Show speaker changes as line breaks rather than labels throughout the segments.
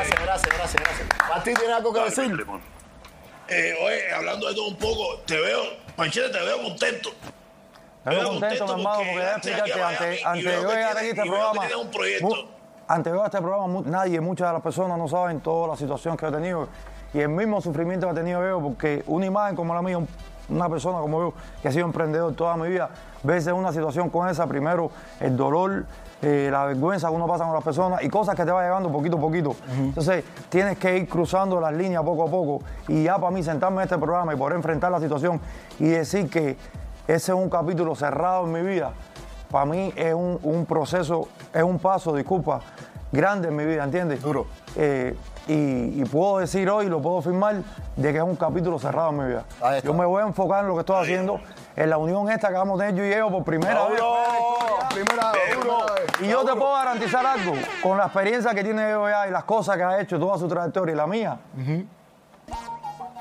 gracias, gracias, gracias. ¿A ti tienes algo que
Dale,
decir?
Limón.
Eh, oye, hablando de todo un poco, te veo, Panchete, te veo contento.
Te veo
contento
contento, mi hermano,
porque
porque déjame
llegaste aquí
explicarte,
a
antes,
Miami y
antes
veo
de
que
yo llegar
tienes-
aquí a este
y veo que
programa,
tienes un proyecto.
mu- antes de yo a este programa, mu- nadie, muchas de las personas no saben toda la situación que yo he tenido y el mismo sufrimiento que he tenido yo, porque una imagen como la mía, un- una persona como yo, que ha sido emprendedor toda mi vida, verse en una situación con esa, primero el dolor, eh, la vergüenza que uno pasa con las personas y cosas que te va llegando poquito a poquito. Entonces, tienes que ir cruzando las líneas poco a poco y ya para mí sentarme en este programa y poder enfrentar la situación y decir que ese es un capítulo cerrado en mi vida para mí es un, un proceso, es un paso, disculpa, grande en mi vida, ¿entiendes? Duro. y, y puedo decir hoy, lo puedo firmar, de que es un capítulo cerrado en mi vida.
Ahí está.
Yo me voy a enfocar en lo que estoy haciendo, en la unión esta que vamos a tener yo y ellos por primera vez.
Primera vez, primera vez.
Y yo te puedo garantizar algo, con la experiencia que tiene ellos ya y las cosas que ha hecho, toda su trayectoria y la mía,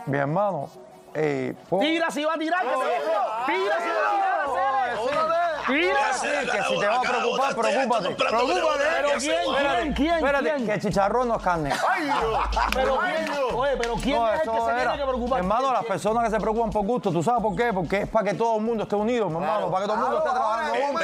mi hermano, eh, puedo-
Tira si va a tirar, que se va. Tira si va a tirar, Ceres. Tira.
Sí, que si te va a preocupar, preocúpate. Preocúpate.
Pero quién, quién, quién,
Espérate,
quién.
que chicharrón no es carne.
Pero quién, oye, pero quién
No,
es el que
eso
se
era.
tiene que preocupar.
Hermano, las personas que se preocupan por gusto, ¿tú sabes por qué? Porque es para que todo el mundo esté unido, mi hermano, para que todo el mundo esté trabajando juntos.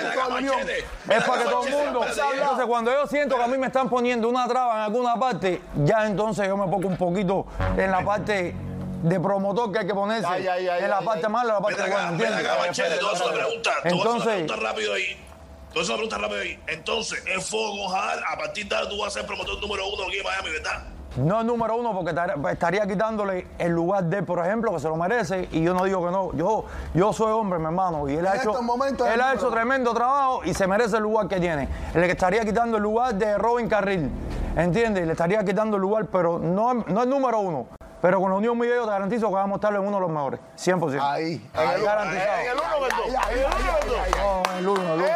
Es para que todo el mundo. Entonces, cuando yo siento que a mí me están poniendo una traba en alguna parte, ya entonces yo me pongo un poquito en la parte de promotor que hay que ponerse.
Ay, ay, ay,
en la
ay,
parte
ay.
mala, en la
Ven
parte
acá,
buena,
ven
¿entiendes?
acá, Machete, te voy a hacer una pregunta. te voy a hacer una
Entonces,
pregunta rápido ahí. Te voy a hacer una pregunta rápido ahí. Entonces, es Fuego Ojalá, a partir de ahora tú vas a ser promotor número uno aquí en Miami, ¿verdad?
No es número uno porque tar- pues, estaría quitándole el lugar de él, por ejemplo, que se lo merece. Y yo no digo que no. Yo, yo soy hombre, mi hermano. Y él ha,
En
hecho,
estos momentos es
él ha
número
hecho
uno.
tremendo trabajo y se merece el lugar que tiene. Le estaría quitando el lugar de Robin Carril. ¿Entiendes? Le estaría quitando el lugar, pero no, no es número uno. Pero con la Unión Millero te garantizo que vamos a estar en uno de los mejores. 100%.
Ahí,
Ahí
ahí,
garantizado.
En el uno o el dos. En el uno o el dos.
No, el uno, el uno.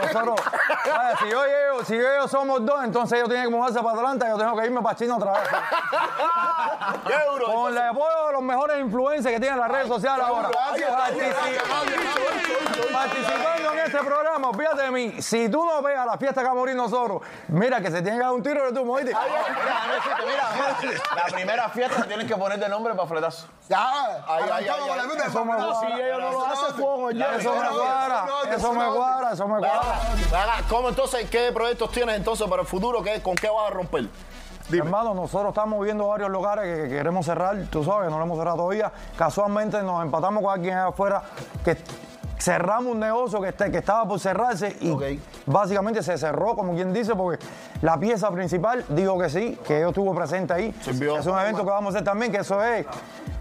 Nosotros, vaya, si, yo llego- si yo y ellos somos dos, entonces ellos tienen que mudarse para Atlanta y yo tengo que irme para China otra vez. Con el apoyo de los mejores influencers que tienen las redes sociales ahora. Partici- Participando en este programa, fíjate de mí, si tú no ves a la fiesta que vamos a morir nosotros, mira que se tiene que dar un tiro de tu moíste.
La primera fiesta te tienes que poner de nombre para fletazo.
Ya,
ay, ay,
arrancamos con la
ay.
lucha,
Eso me
vamos.
gusta.
Si ellos no lo hacen, fuego con
La
llave.
Eso me cuadra, eso me cuadra, eso me cuadra.
Venga, ¿Cómo entonces, qué proyectos tienes entonces para el futuro? ¿Qué- ¿Con qué vas a romper?
Hermano, nosotros estamos viendo varios lugares que, que queremos cerrar, tú sabes, no lo hemos cerrado todavía. Casualmente nos empatamos con alguien allá afuera que cerramos un negocio que, este- que estaba por cerrarse y básicamente se cerró, como quien dice, porque la pieza principal dijo que sí, que yo estuvo presente ahí.
Sirvió.
Es un evento que vamos a hacer también, que eso es.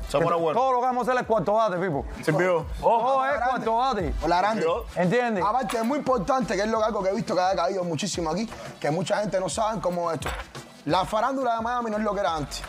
Se pone bueno.
Todo lo que vamos a hacer es cuarto bate, Pipo.
Sirvió.
Todo es cuarto bate.
Hola, grande.
¿Entiendes?
Aparte, es muy importante, que es lo que algo que he visto que ha caído muchísimo aquí, que mucha gente no sabe cómo es esto. La farándula de Miami no es lo que era antes.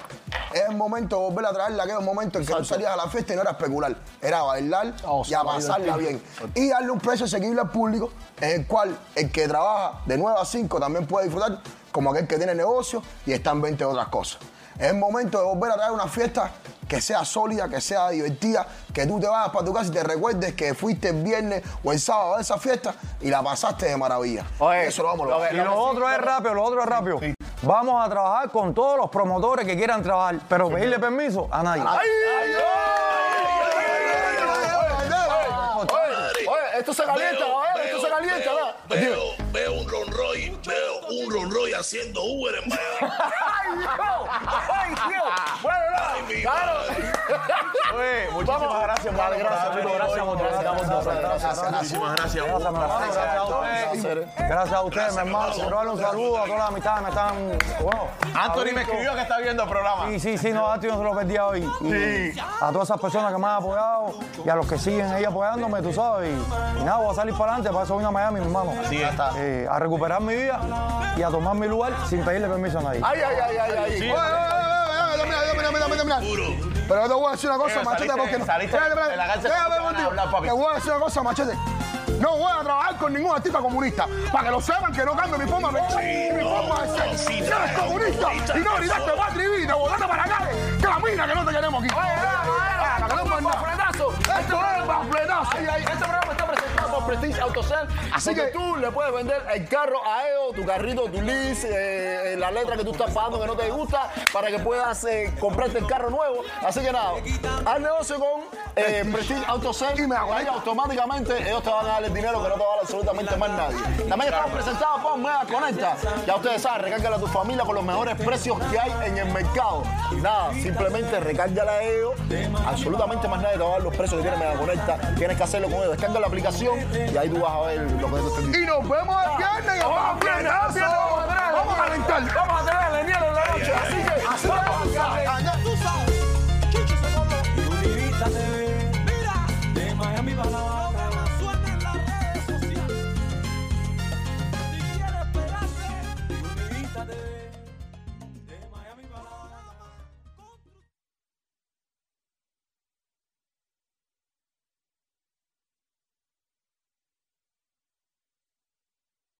Es el momento de volver a traerla, que es el momento en que tú salías a la fiesta y no era especular. Era bailar y a pasarla bien. Y darle un precio asequible al público, en el cual el que trabaja de 9 a 5 también puede disfrutar, como aquel que tiene negocio y está en 20 otras cosas. Es el momento de volver a traer una fiesta que sea sólida, que sea divertida, que tú te vayas para tu casa y te recuerdes que fuiste el viernes o el sábado a esa fiesta y la pasaste de maravilla.
Oye,
Y eso lo vamos a
lo
lograr.
Y lo otro es rápido, lo otro es rápido. Vamos a trabajar con todos los promotores que quieran trabajar, pero pedirle permiso a nadie.
Oye, oye, esto se calienta,
Veo,
a ver,
veo,
esto se calienta,
veo,
¿verdad?
Veo, veo un Ron Roy, veo un Ron Roy haciendo Uber en Miami.
Ay, tío. Bueno,
Ay, mi madre.
Oye, muchísimas gracias, hermano, por haberme
Gracias, gracias,
Muchísimas gracias.
Gracias, mi hermano. Gracias a ustedes. Gracias a ustedes, mi hermano. Quiero darle un saludo a todas las amistades me están. Bueno,
Anthony me escribió que está viendo el programa.
Sí, sí, sí, no, a ti no se lo perdí hoy. Y A todas esas personas que me han apoyado y a los que siguen ahí apoyándome, tú sabes. Y, y nada, voy a salir para adelante, para eso vine a Miami, mi hermano.
está.
Eh, a recuperar mi vida y a tomar mi lugar sin pedirle permiso a nadie.
Ay, ay, ay, ay, ay.
Oye, oye, oye, oye, mira, mira, mira, mira, mira, mira. Pero yo te voy a decir una cosa,
Eh,
machete,
saliste-
porque no.
saliste
Espérate, espérate.
de la cárcel porque te
Déjame ver
van a
contigo.
hablar, papi.
Te voy a decir una cosa, machete. No voy a trabajar con ningún artista comunista. Para que lo sepan que no cambio mi forma de vestir, mi forma de ser.
sí,
Si
no,
eres comunista
comunista,
y no gritaste
eso.
patria y vida, volaste para acá, camina que no te queremos aquí. Para que no pasa nada. Esto es panfletazo.
Este programa está presentado por
Prestige Autosal.
Así
Así
que-
que tú le puedes vender el carro a ellos, tu carrito, tu lease, eh, eh, la letra que tú estás pagando que no te gusta, para que puedas eh, comprarte el carro nuevo. Así que nada, haz negocio con eh, Prestige Autosal y me automáticamente ellos te van a dar el dinero que no te va a dar absolutamente más nadie. También estamos presentados por Mega Conecta. Ya ustedes saben, recárgala a tu familia con los mejores precios que hay en el mercado. Y nada, simplemente recárgala a ellos. Absolutamente más nadie te va a dar los precios que tiene Mega Conecta. Tienes que hacerlo con ellos. Descarga la aplicación y ahí tú vas a ver lo que te estoy diciendo.
Y nos vemos el viernes. y
Nos